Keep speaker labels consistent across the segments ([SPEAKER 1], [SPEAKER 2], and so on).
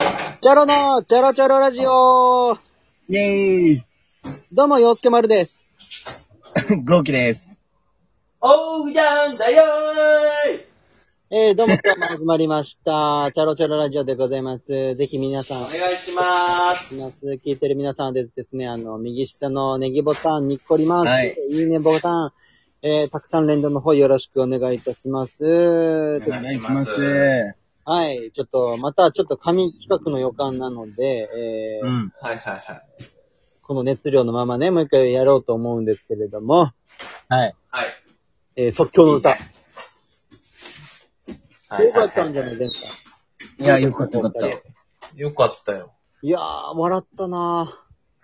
[SPEAKER 1] チャロのチャロチャロラジオ
[SPEAKER 2] イェーイ
[SPEAKER 1] どうも、洋介丸です。
[SPEAKER 2] ゴーキです。
[SPEAKER 3] おうやんだよーい
[SPEAKER 1] えー、どうも、今日も始まりました。チャロチャロラジオでございます。ぜひ皆さん
[SPEAKER 3] お、願いしまーす。
[SPEAKER 1] 皆さん聞いてる皆さんはですね、あの、右下のネギボタン、にっこりマーク、
[SPEAKER 2] はい
[SPEAKER 1] い、いねボタン、えー、たくさん連動の方よろしくお願いいたします。
[SPEAKER 2] お願いします。
[SPEAKER 3] お
[SPEAKER 1] はい、ちょっと、またちょっと紙企画の予感なので、えー
[SPEAKER 2] うん。
[SPEAKER 3] はいはいはい。
[SPEAKER 1] この熱量のままね、もう一回やろうと思うんですけれども、
[SPEAKER 2] はい。
[SPEAKER 3] はい。
[SPEAKER 1] えー、即興の歌。
[SPEAKER 3] はい
[SPEAKER 1] よかったんじゃないですか。
[SPEAKER 2] いや、よかったよかっ。
[SPEAKER 1] よかった
[SPEAKER 3] よかったよ。
[SPEAKER 1] いやー、笑ったな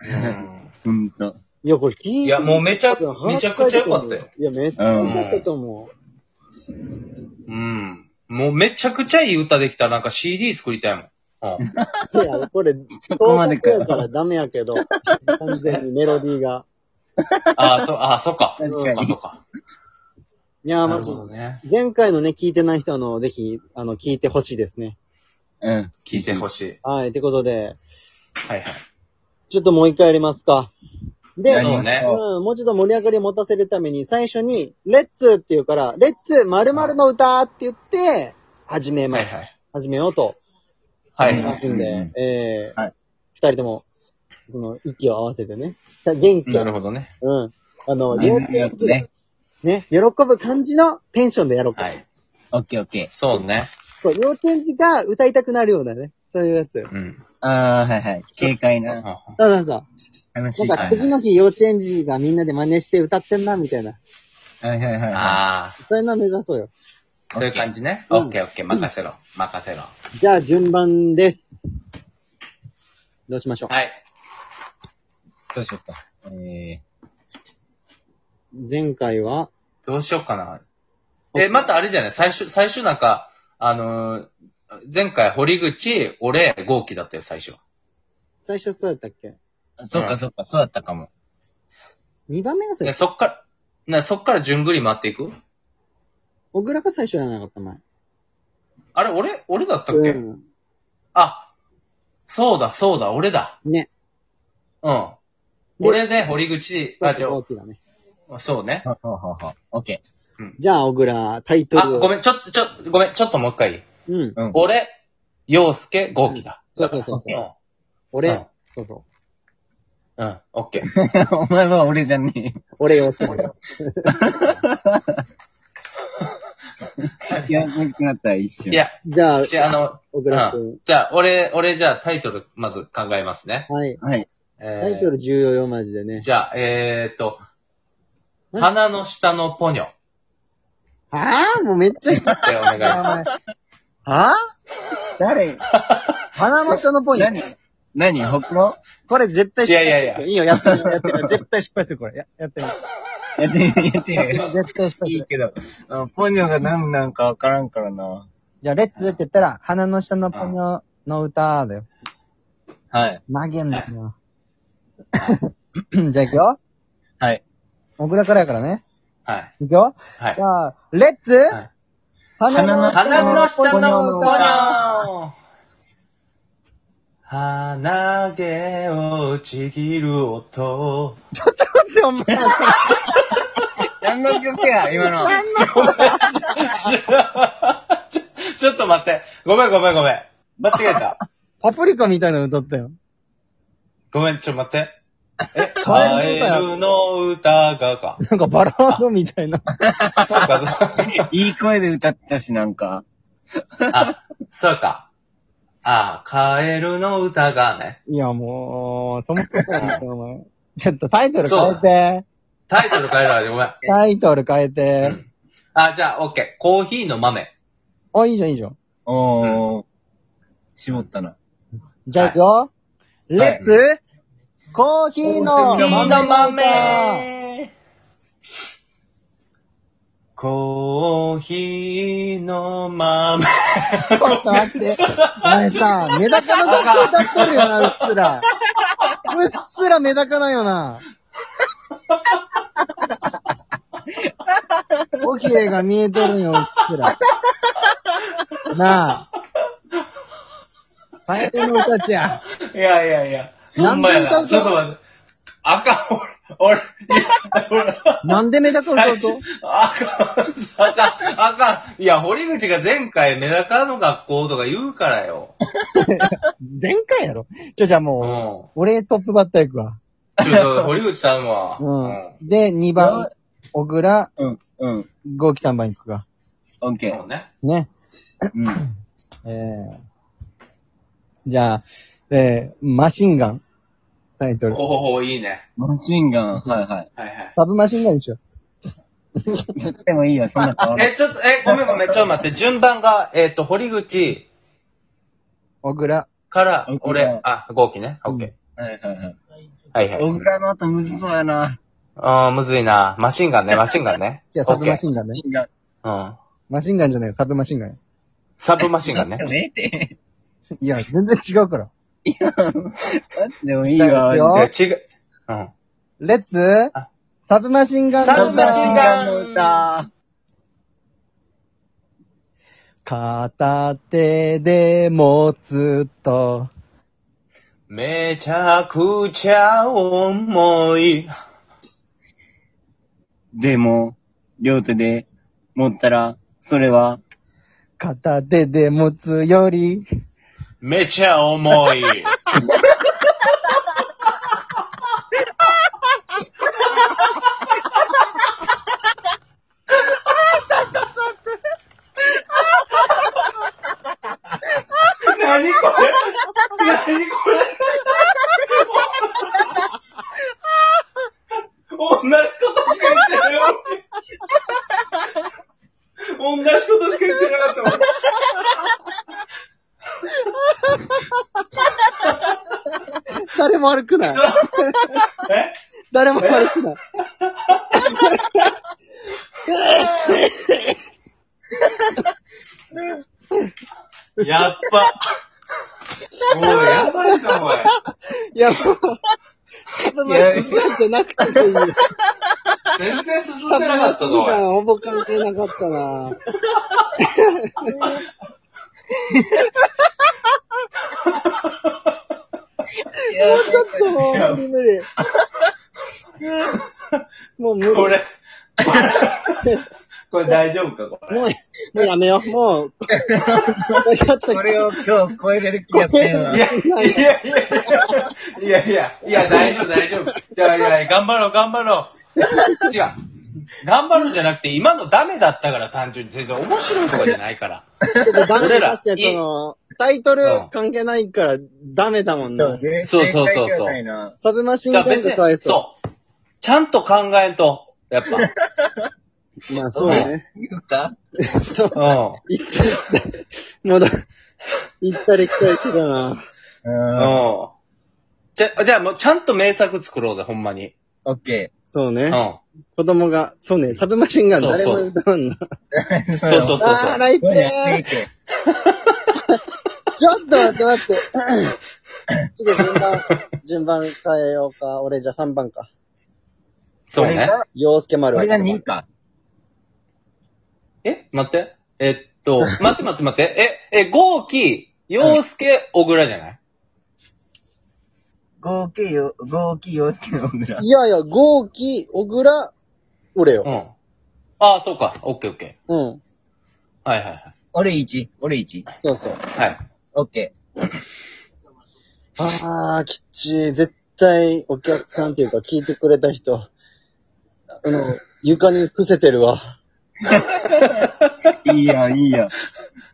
[SPEAKER 3] うん。
[SPEAKER 2] ほんと。
[SPEAKER 1] ーいや、これ聞いて。
[SPEAKER 3] いや、もうめちゃ、
[SPEAKER 1] 多分
[SPEAKER 3] めちゃくちゃよかったよ。。
[SPEAKER 1] いや、めっちゃ良かったと思う。
[SPEAKER 3] うん。もうめちゃくちゃいい歌できたらなんか CD 作りたいもん。うん。
[SPEAKER 1] いや、これ、
[SPEAKER 2] こまでか
[SPEAKER 1] やからダメやけど、完全にメロディーが。
[SPEAKER 3] あー、そ、あー、そっか。
[SPEAKER 2] 確
[SPEAKER 3] そ
[SPEAKER 2] か
[SPEAKER 3] っか、
[SPEAKER 2] に
[SPEAKER 3] そ。っか。
[SPEAKER 1] いやー、
[SPEAKER 3] な
[SPEAKER 1] ま
[SPEAKER 3] る
[SPEAKER 1] ず
[SPEAKER 3] ほ、どね。
[SPEAKER 1] 前回のね、聞いてない人は、あの、ぜひ、あの、聞いてほしいですね。
[SPEAKER 2] うん。
[SPEAKER 3] 聞いてほ
[SPEAKER 2] し
[SPEAKER 3] しい。
[SPEAKER 1] はい、ってことで、
[SPEAKER 3] はいはい。
[SPEAKER 1] ちょっともう一回やりますか。で、
[SPEAKER 2] や
[SPEAKER 3] り
[SPEAKER 1] う
[SPEAKER 3] ま
[SPEAKER 1] ん、
[SPEAKER 3] すね
[SPEAKER 1] もうちょっと盛り上がりを持たせるために、最初に、レッツっていうから、レッツ〇〇の歌って言って、始めま
[SPEAKER 3] は
[SPEAKER 1] す
[SPEAKER 3] い。はい。
[SPEAKER 1] 始めようと。
[SPEAKER 3] はいは
[SPEAKER 1] ま
[SPEAKER 3] い。
[SPEAKER 1] すん
[SPEAKER 2] うん
[SPEAKER 1] で、え
[SPEAKER 2] は
[SPEAKER 1] ー
[SPEAKER 2] い、
[SPEAKER 1] 二人とも、その、息を合わせてね。元気
[SPEAKER 3] なる
[SPEAKER 1] を、
[SPEAKER 3] ほどね。
[SPEAKER 1] うん。あの、
[SPEAKER 2] い。
[SPEAKER 1] 両
[SPEAKER 2] いい
[SPEAKER 1] 手
[SPEAKER 2] や
[SPEAKER 1] を
[SPEAKER 2] つね。
[SPEAKER 1] ね、喜ぶ感じのテンションでやろうか。
[SPEAKER 3] はい。
[SPEAKER 2] オッケーオッケ
[SPEAKER 3] そうね。
[SPEAKER 1] そう、幼稚園児が歌いたくなるようなね、そういうやつ。
[SPEAKER 3] うん。
[SPEAKER 2] ー。あー、はいはい。軽快
[SPEAKER 3] うん
[SPEAKER 2] な。
[SPEAKER 1] そうそうそ
[SPEAKER 2] 楽し
[SPEAKER 1] う。
[SPEAKER 2] い。
[SPEAKER 1] な
[SPEAKER 2] は
[SPEAKER 1] ん
[SPEAKER 2] い
[SPEAKER 1] か次の日幼稚園児がみんなで真似して歌ってんな、みたいな。
[SPEAKER 2] はいはい。は
[SPEAKER 3] あ
[SPEAKER 1] そういうの目指そうよ。
[SPEAKER 3] あ、そういう感じね。
[SPEAKER 1] オ
[SPEAKER 3] オ
[SPEAKER 1] ッ
[SPEAKER 3] ッケーオッケー、任せろ。任せろ。
[SPEAKER 1] じゃあ、順番です。どうしましょう。
[SPEAKER 3] はい。
[SPEAKER 2] い。どうしようか。え
[SPEAKER 1] 前回は、
[SPEAKER 3] どうしようかな。え、またあれじゃない最初、最初なんか、あのー前回、堀口、俺、豪輝だったよ、最初。
[SPEAKER 1] 最初そうやったっけ
[SPEAKER 2] ー。そっかそっか、そうだったかも。
[SPEAKER 1] 二番目がそう
[SPEAKER 3] で
[SPEAKER 1] やった。
[SPEAKER 3] そっから、な、そっから順繰り回っていく
[SPEAKER 1] 小倉が最初じゃなかった前。
[SPEAKER 3] あれ、俺、俺だったっけ、
[SPEAKER 1] うん。
[SPEAKER 3] あ、そうだ、そうだ、俺だ。
[SPEAKER 1] ね。
[SPEAKER 3] うん。
[SPEAKER 1] で
[SPEAKER 3] 俺で、堀口、あ、じゃ
[SPEAKER 1] 大きいだね。
[SPEAKER 3] あそうね。
[SPEAKER 2] ほうほうほうほう。オッケ
[SPEAKER 1] じゃあ、小倉、タイト
[SPEAKER 3] あ、
[SPEAKER 1] ルを。
[SPEAKER 3] ごめん、ちょっと、ちょっと、ごめん、ちょっともう一回いい。
[SPEAKER 1] ん。うん。
[SPEAKER 2] ー。うん。
[SPEAKER 3] 俺、陽介、豪輝だ。
[SPEAKER 1] そうそうそう
[SPEAKER 3] う
[SPEAKER 1] そ
[SPEAKER 3] ん
[SPEAKER 1] う。。
[SPEAKER 3] う
[SPEAKER 1] 俺
[SPEAKER 3] ん、
[SPEAKER 1] そうそ
[SPEAKER 3] うん、オッケー。
[SPEAKER 2] お 前は俺じゃねえよ。
[SPEAKER 1] う。俺よ。
[SPEAKER 2] いや、欲しくなった一瞬。
[SPEAKER 3] い、や、
[SPEAKER 1] じゃあ、
[SPEAKER 3] じゃあ、あの、
[SPEAKER 1] 小倉
[SPEAKER 3] う
[SPEAKER 1] 君
[SPEAKER 3] ん。。じゃあ、俺、俺、じゃあ、タイトル、まず考えますね。
[SPEAKER 1] はい。
[SPEAKER 2] はい。
[SPEAKER 1] タ
[SPEAKER 3] タ
[SPEAKER 1] イトル重要よ、マジでね。
[SPEAKER 3] じゃあ、えーっと、
[SPEAKER 1] マジ
[SPEAKER 3] 花の下のポニョ
[SPEAKER 1] はぁもうめっちゃいい。
[SPEAKER 3] でお願いしま
[SPEAKER 1] はぁ
[SPEAKER 2] 誰
[SPEAKER 1] 鼻の下のポイント。
[SPEAKER 2] 何何ほく ろ
[SPEAKER 1] これ絶対失敗
[SPEAKER 3] いやいやいや
[SPEAKER 1] いいよ、やってみよう、やってみよう。絶対失敗する、これ。ややってみよ
[SPEAKER 2] やってみる、やってみ
[SPEAKER 1] う。
[SPEAKER 2] る。
[SPEAKER 1] 絶対失敗す
[SPEAKER 2] いい
[SPEAKER 1] る。
[SPEAKER 2] けど、うんポニョが何なんかわからんからな。
[SPEAKER 1] じゃあ、レッツって言ったら、鼻の下のポニョの歌だよ。
[SPEAKER 2] はい。
[SPEAKER 1] 曲げんだよな。 じゃあ行くよ。
[SPEAKER 2] はい。
[SPEAKER 1] 小倉からやからね。
[SPEAKER 3] す。はい。
[SPEAKER 1] 行くよ。
[SPEAKER 3] はい
[SPEAKER 1] じ。ゃあ、レッツ、
[SPEAKER 3] はい
[SPEAKER 1] 鼻の
[SPEAKER 3] 花の下のポニ
[SPEAKER 1] 歌
[SPEAKER 3] ョ鼻毛をちぎる音。
[SPEAKER 1] ちょっと待って、お前。
[SPEAKER 2] 何の曲や今の。
[SPEAKER 3] ちょちょっと待って。ごめんごめんごめん。間違え た。
[SPEAKER 1] パプリカみたいなの歌ったよ。
[SPEAKER 3] ごめん、ちょっと待って。え、
[SPEAKER 1] カ
[SPEAKER 3] カ
[SPEAKER 1] エ
[SPEAKER 3] エ
[SPEAKER 1] ルの歌や
[SPEAKER 3] ルの歌がか。
[SPEAKER 1] なんかバラードみたいな。
[SPEAKER 3] そうか、そうか。
[SPEAKER 2] いい声で歌ったし、なんか。
[SPEAKER 3] あ、そうか。あ、カエルの歌がね。
[SPEAKER 1] いや、もう、そもそもやなお前。ちょっとタイトル変え
[SPEAKER 3] タイトル変えるわでごめん。
[SPEAKER 1] て。タイトル変えて。
[SPEAKER 3] うんあ、じゃあ、オッケー。コーヒーの豆。
[SPEAKER 1] お、いいじゃん、いいじゃん。
[SPEAKER 2] おー。絞ったな。
[SPEAKER 1] じゃあ行くよ。レッツ、コーヒーの
[SPEAKER 2] コーヒーの
[SPEAKER 1] 豆
[SPEAKER 3] コーヒーの豆。
[SPEAKER 1] ちょっと待って。お前さ、メダカの楽曲歌っとるよな、うっすら。うっすらメダカなんよな。おひれが見えとるんよ、うっすら。なあ。パイの歌ちゃん。
[SPEAKER 2] いやいやいや。
[SPEAKER 1] な
[SPEAKER 2] ほ
[SPEAKER 1] ん
[SPEAKER 2] ん
[SPEAKER 1] で
[SPEAKER 2] ま
[SPEAKER 1] 歌う
[SPEAKER 2] や
[SPEAKER 1] の
[SPEAKER 2] な。ちょっと待って。赤、俺、俺、いや俺、
[SPEAKER 1] なんでメダカ歌うと
[SPEAKER 3] 赤、赤、赤、いや、堀口が前回メダカの学校とか言うからよ。
[SPEAKER 1] 前回やろじゃあじゃあ
[SPEAKER 3] う
[SPEAKER 1] もう、
[SPEAKER 3] ん。
[SPEAKER 1] 俺トップバッター行くわ。
[SPEAKER 3] ちょっと、堀口さんは、
[SPEAKER 1] うん。で、2番、小倉、
[SPEAKER 2] うん、うん、
[SPEAKER 1] 豪輝3番行くか。
[SPEAKER 2] オッケ
[SPEAKER 3] も
[SPEAKER 2] ー。
[SPEAKER 3] うね。
[SPEAKER 1] ね。
[SPEAKER 2] うん。
[SPEAKER 1] えー、じゃあ、えー、マシンガン。タイトル。
[SPEAKER 3] おおいいね。
[SPEAKER 2] マシンガン、はいはい。
[SPEAKER 3] はいはい。
[SPEAKER 1] サブマシンガンでしょ。
[SPEAKER 2] どっちでもいいよ、そんな変わらない。
[SPEAKER 3] え、ちょっと、え、ごめんごめん、ちょっと待って、順番が、えっ、と、堀口
[SPEAKER 1] 小倉。
[SPEAKER 3] から
[SPEAKER 2] うん、
[SPEAKER 3] 俺、あ、豪輝ね。
[SPEAKER 1] う
[SPEAKER 3] オ
[SPEAKER 1] ん
[SPEAKER 3] ッケ
[SPEAKER 2] はいはいはい。
[SPEAKER 3] ー。はいはい。
[SPEAKER 2] 小倉の後むずそうやな。
[SPEAKER 3] あー、むずいな。マシンガンね、マシンガン ね。
[SPEAKER 1] じゃあサブマシ
[SPEAKER 3] ン
[SPEAKER 1] ンガンね。
[SPEAKER 2] いいが、
[SPEAKER 3] うん。
[SPEAKER 1] マシンガンじゃないよ、サブマシンガンや。
[SPEAKER 3] サブマシンガンね
[SPEAKER 2] で。もええって。
[SPEAKER 1] いや、全然違うから。
[SPEAKER 2] でもいい
[SPEAKER 1] じゃあ行く
[SPEAKER 2] よ。
[SPEAKER 1] よ
[SPEAKER 3] いや、違う。うん。
[SPEAKER 1] レッツ
[SPEAKER 3] あ、
[SPEAKER 1] サブマシンガン
[SPEAKER 3] サブマシンガン
[SPEAKER 2] の歌。
[SPEAKER 1] 片手で持つと、
[SPEAKER 3] めちゃくちゃ重い。
[SPEAKER 2] でも、両手で持ったら、それは、
[SPEAKER 1] 片手で持つより、
[SPEAKER 3] めちゃ重 い。何これ何これ同じことしか言ってないよ。同じことしか言ってなかったもん。
[SPEAKER 1] 誰も悪く ない。
[SPEAKER 3] え
[SPEAKER 1] 誰も悪くない。
[SPEAKER 3] やっぱ。おい、やばいか、お前。
[SPEAKER 1] いや、もう、サブマシンガンじゃなくてもいいよ。
[SPEAKER 3] 全然進
[SPEAKER 1] サ
[SPEAKER 3] ん
[SPEAKER 1] ブ
[SPEAKER 3] でなか
[SPEAKER 1] マ
[SPEAKER 3] った
[SPEAKER 1] シン
[SPEAKER 3] ぞ、お
[SPEAKER 1] ガ
[SPEAKER 3] い。
[SPEAKER 1] ンほぼ関係なかったなもうちょっともう、無理無理。もう無理。
[SPEAKER 3] これ、これ大丈夫か、これ。
[SPEAKER 1] もう、もうやめよう。もう、もうちょっと。
[SPEAKER 2] これを今日超えてる気がするない
[SPEAKER 3] や、いやいやいや、いやいや、いや、大丈夫、大丈夫。じゃあ、いや、頑張ろう、頑張ろう。違う。頑張るんじゃなくて、今のダメだったから、単純に。全然面白いとかじゃないから。
[SPEAKER 1] ダメ
[SPEAKER 3] 俺
[SPEAKER 1] だ
[SPEAKER 3] ら
[SPEAKER 1] 確かにその、タイトル関係ないからダメだもんな。
[SPEAKER 3] そうそうそうそう
[SPEAKER 1] サブマシン
[SPEAKER 3] じゃ
[SPEAKER 1] ガ
[SPEAKER 3] あ、
[SPEAKER 1] ン
[SPEAKER 3] 別
[SPEAKER 1] とかわい
[SPEAKER 3] に、
[SPEAKER 1] そ
[SPEAKER 3] そう。ちゃんと考えんと。やっぱ。
[SPEAKER 1] う。まあそうね。
[SPEAKER 2] 言うか
[SPEAKER 1] そう。
[SPEAKER 3] うん。
[SPEAKER 1] 行ったり来たり。もうだ、行ったり来たりしてたな。
[SPEAKER 2] うん。
[SPEAKER 3] うん。じゃ、じゃあもうちゃんと名作作ろうぜ、ほんまに。
[SPEAKER 2] オッケ
[SPEAKER 1] そう
[SPEAKER 3] う
[SPEAKER 1] ね
[SPEAKER 3] ん。。
[SPEAKER 1] 子供が、そうね、サブマシンガン
[SPEAKER 3] そうそう
[SPEAKER 1] 誰も歌わんな。
[SPEAKER 2] ー。
[SPEAKER 3] そうそうそうそう。
[SPEAKER 1] あー、ライ
[SPEAKER 2] そうや
[SPEAKER 1] て
[SPEAKER 2] っていけ
[SPEAKER 1] ーちょっと待って待って。ちょっと順番、順番変えようか。俺じゃ3番か。
[SPEAKER 3] そうね。
[SPEAKER 1] 洋介丸
[SPEAKER 2] こ
[SPEAKER 1] は
[SPEAKER 2] れ
[SPEAKER 1] 五
[SPEAKER 2] が
[SPEAKER 1] 番。
[SPEAKER 2] 2か。
[SPEAKER 3] え待って。えっと、待って待って待って。え、え、ゴーキ、洋介、小倉じゃない
[SPEAKER 2] 合計よ、合計洋介の小倉。
[SPEAKER 1] いやいや、豪輝、小倉、俺
[SPEAKER 3] う
[SPEAKER 1] よ。
[SPEAKER 3] ん。ああ、そうか。オッケーオッケ
[SPEAKER 1] うん。
[SPEAKER 3] ー。はいはいはい。
[SPEAKER 2] 俺1、俺1。
[SPEAKER 1] そうそう。
[SPEAKER 3] はい。
[SPEAKER 2] オッケ
[SPEAKER 1] あー、きっちー。絶対、お客さんっていうか、聞いてくれた人、あの、床に伏せてるわ。
[SPEAKER 2] ー。いいや、いいや。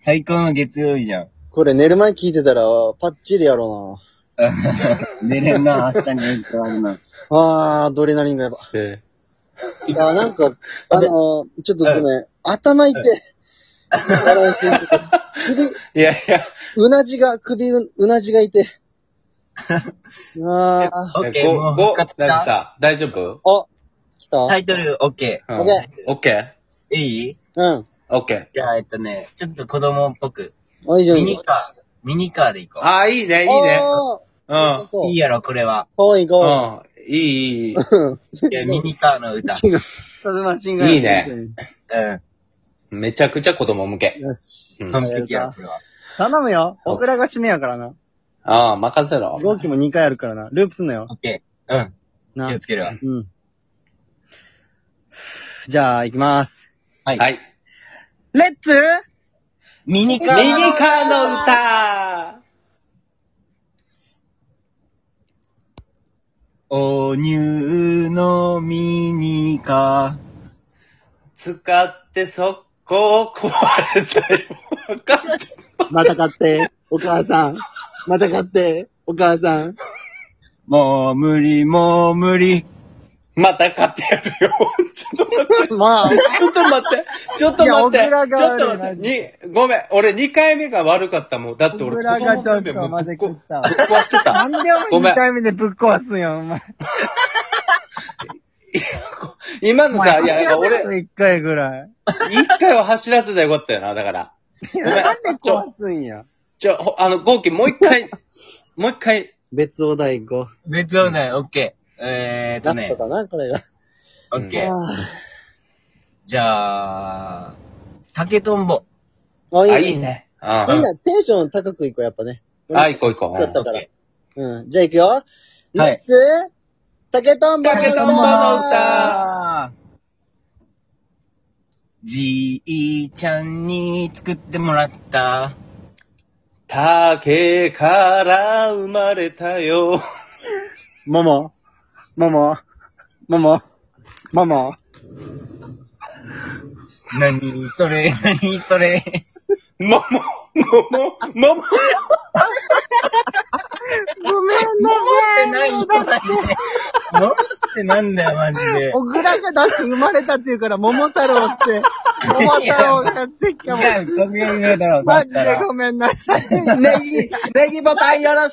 [SPEAKER 2] 最高の月曜日じゃん。
[SPEAKER 1] これ寝る前聞いてたら、パッチリやろ
[SPEAKER 2] 寝れんな、明日に影響あ
[SPEAKER 1] う
[SPEAKER 2] るな。
[SPEAKER 1] な。あー、アドレナリンがやば。
[SPEAKER 3] え
[SPEAKER 1] いや、なんか、あのー、ちょっとごめん、頭痛いて、 首、
[SPEAKER 3] いやいや、
[SPEAKER 1] うなじが、首う、うなじがいて。 あ
[SPEAKER 2] オッケーも
[SPEAKER 3] ご、
[SPEAKER 2] う
[SPEAKER 3] ご、
[SPEAKER 2] 勝った
[SPEAKER 3] 何さ、大丈夫
[SPEAKER 1] ー、あ、来た、
[SPEAKER 2] タイトル、オッケ
[SPEAKER 3] うん
[SPEAKER 1] オッケ
[SPEAKER 3] オッケ
[SPEAKER 2] ー。いい
[SPEAKER 1] うん。
[SPEAKER 3] ーオッケー。
[SPEAKER 2] じゃあ、えっとね、ちょっと子供っぽく。
[SPEAKER 1] あ、以上
[SPEAKER 2] ミニカー、ミニカーで行こ
[SPEAKER 3] ああ、いいね、いいね。
[SPEAKER 1] あ
[SPEAKER 3] う
[SPEAKER 1] ー
[SPEAKER 3] ん。
[SPEAKER 1] そう
[SPEAKER 2] う。いいやろ、これは。
[SPEAKER 1] かわいいかわいい。
[SPEAKER 3] うん。いい、いい、いい。
[SPEAKER 2] いやミニカーの歌。
[SPEAKER 1] サブマシン
[SPEAKER 3] ガンいいね。
[SPEAKER 2] うん。
[SPEAKER 3] めちゃくちゃ子供向け。
[SPEAKER 1] よし。
[SPEAKER 3] うん
[SPEAKER 2] 完璧や、これは。
[SPEAKER 1] 頼むよ。僕らが締めやからな。
[SPEAKER 3] ああ、任せろ。
[SPEAKER 1] 同期も2回あるからな。ループすんなよ。
[SPEAKER 2] オッケー。うん。
[SPEAKER 1] な
[SPEAKER 2] 気を。つけるわ。
[SPEAKER 1] うん。じゃあ、行きます。
[SPEAKER 2] はい。
[SPEAKER 3] はい。
[SPEAKER 1] レッツ
[SPEAKER 2] ミニ
[SPEAKER 3] ミニカ
[SPEAKER 2] カーの
[SPEAKER 3] ーの歌
[SPEAKER 2] おニューのミニカ
[SPEAKER 3] 使って速攻壊れたよ。わかんない
[SPEAKER 1] また買って、お母さん。また買って、お母さ ん。
[SPEAKER 2] ー。もう無理、もう無理。
[SPEAKER 3] また買ってやるよ。ちょっと待って。
[SPEAKER 4] まあ、
[SPEAKER 3] ちょっと待って。ちょっと待って。
[SPEAKER 4] いや小倉が
[SPEAKER 3] ちょっ
[SPEAKER 4] 悪い
[SPEAKER 3] と待って。に、ごめん。俺2回目が悪かったもん。だって
[SPEAKER 4] 小
[SPEAKER 3] 俺、
[SPEAKER 4] 倉がちょっ
[SPEAKER 3] 子供
[SPEAKER 4] と
[SPEAKER 3] の
[SPEAKER 4] 混
[SPEAKER 3] 時
[SPEAKER 4] ぜ
[SPEAKER 3] は
[SPEAKER 4] 食
[SPEAKER 3] もうぶ
[SPEAKER 4] っ
[SPEAKER 3] ったこ。ぶっ壊して
[SPEAKER 4] な
[SPEAKER 3] た。
[SPEAKER 4] んでお
[SPEAKER 3] ごめ
[SPEAKER 4] 前
[SPEAKER 3] ん
[SPEAKER 4] 2回目でぶっ壊すんや、お前。
[SPEAKER 3] 今
[SPEAKER 4] お
[SPEAKER 3] のさ、
[SPEAKER 4] 前、
[SPEAKER 3] い
[SPEAKER 4] 知
[SPEAKER 3] や、
[SPEAKER 4] ら
[SPEAKER 3] 俺、
[SPEAKER 4] 1回ぐらい。
[SPEAKER 3] 1回は走らせたらよかったよな、だから。
[SPEAKER 4] いやなんで壊すんや。
[SPEAKER 3] ちょ、ほあの、ゴーキもう一回、もう一回、
[SPEAKER 1] 別お題5。
[SPEAKER 2] 別はない、オッケー。えーっと
[SPEAKER 1] ラスト、
[SPEAKER 2] ね
[SPEAKER 1] かなこれが。
[SPEAKER 2] オ
[SPEAKER 3] うん
[SPEAKER 2] ッケー。
[SPEAKER 1] あ
[SPEAKER 2] じゃあ、竹とんぼ。
[SPEAKER 1] ーあ
[SPEAKER 3] あ、
[SPEAKER 1] い
[SPEAKER 3] い
[SPEAKER 1] い
[SPEAKER 3] い
[SPEAKER 1] ね。
[SPEAKER 3] ね。あ
[SPEAKER 1] みんなテンション高くいこう、やっぱね。
[SPEAKER 3] あ、行こう行こ
[SPEAKER 1] だった
[SPEAKER 3] う。
[SPEAKER 1] から。うん。じゃあ行くよ。
[SPEAKER 2] はい
[SPEAKER 1] レッツ竹とんぼの歌
[SPEAKER 3] 竹とんぼの歌
[SPEAKER 2] あーじいちゃんに作ってもらった。
[SPEAKER 3] 竹から生まれたよ。
[SPEAKER 1] もも。もも。もも。もも。
[SPEAKER 2] なにそれ、なにそれ。
[SPEAKER 3] もも、もも、もも、
[SPEAKER 4] ごめん
[SPEAKER 2] っ
[SPEAKER 4] な
[SPEAKER 2] てないよ、 マジで。もってなんだよ、マジで。
[SPEAKER 4] 小倉が出して生まれたっていうから、桃太郎って、桃太郎がや ってきたもん。
[SPEAKER 2] 違う、ごめんねだろ、だ
[SPEAKER 4] マ
[SPEAKER 2] っ
[SPEAKER 4] ジ
[SPEAKER 2] た
[SPEAKER 4] で
[SPEAKER 2] ら。
[SPEAKER 4] ごめんなさい。
[SPEAKER 1] ネギ、ネギボタンよろしく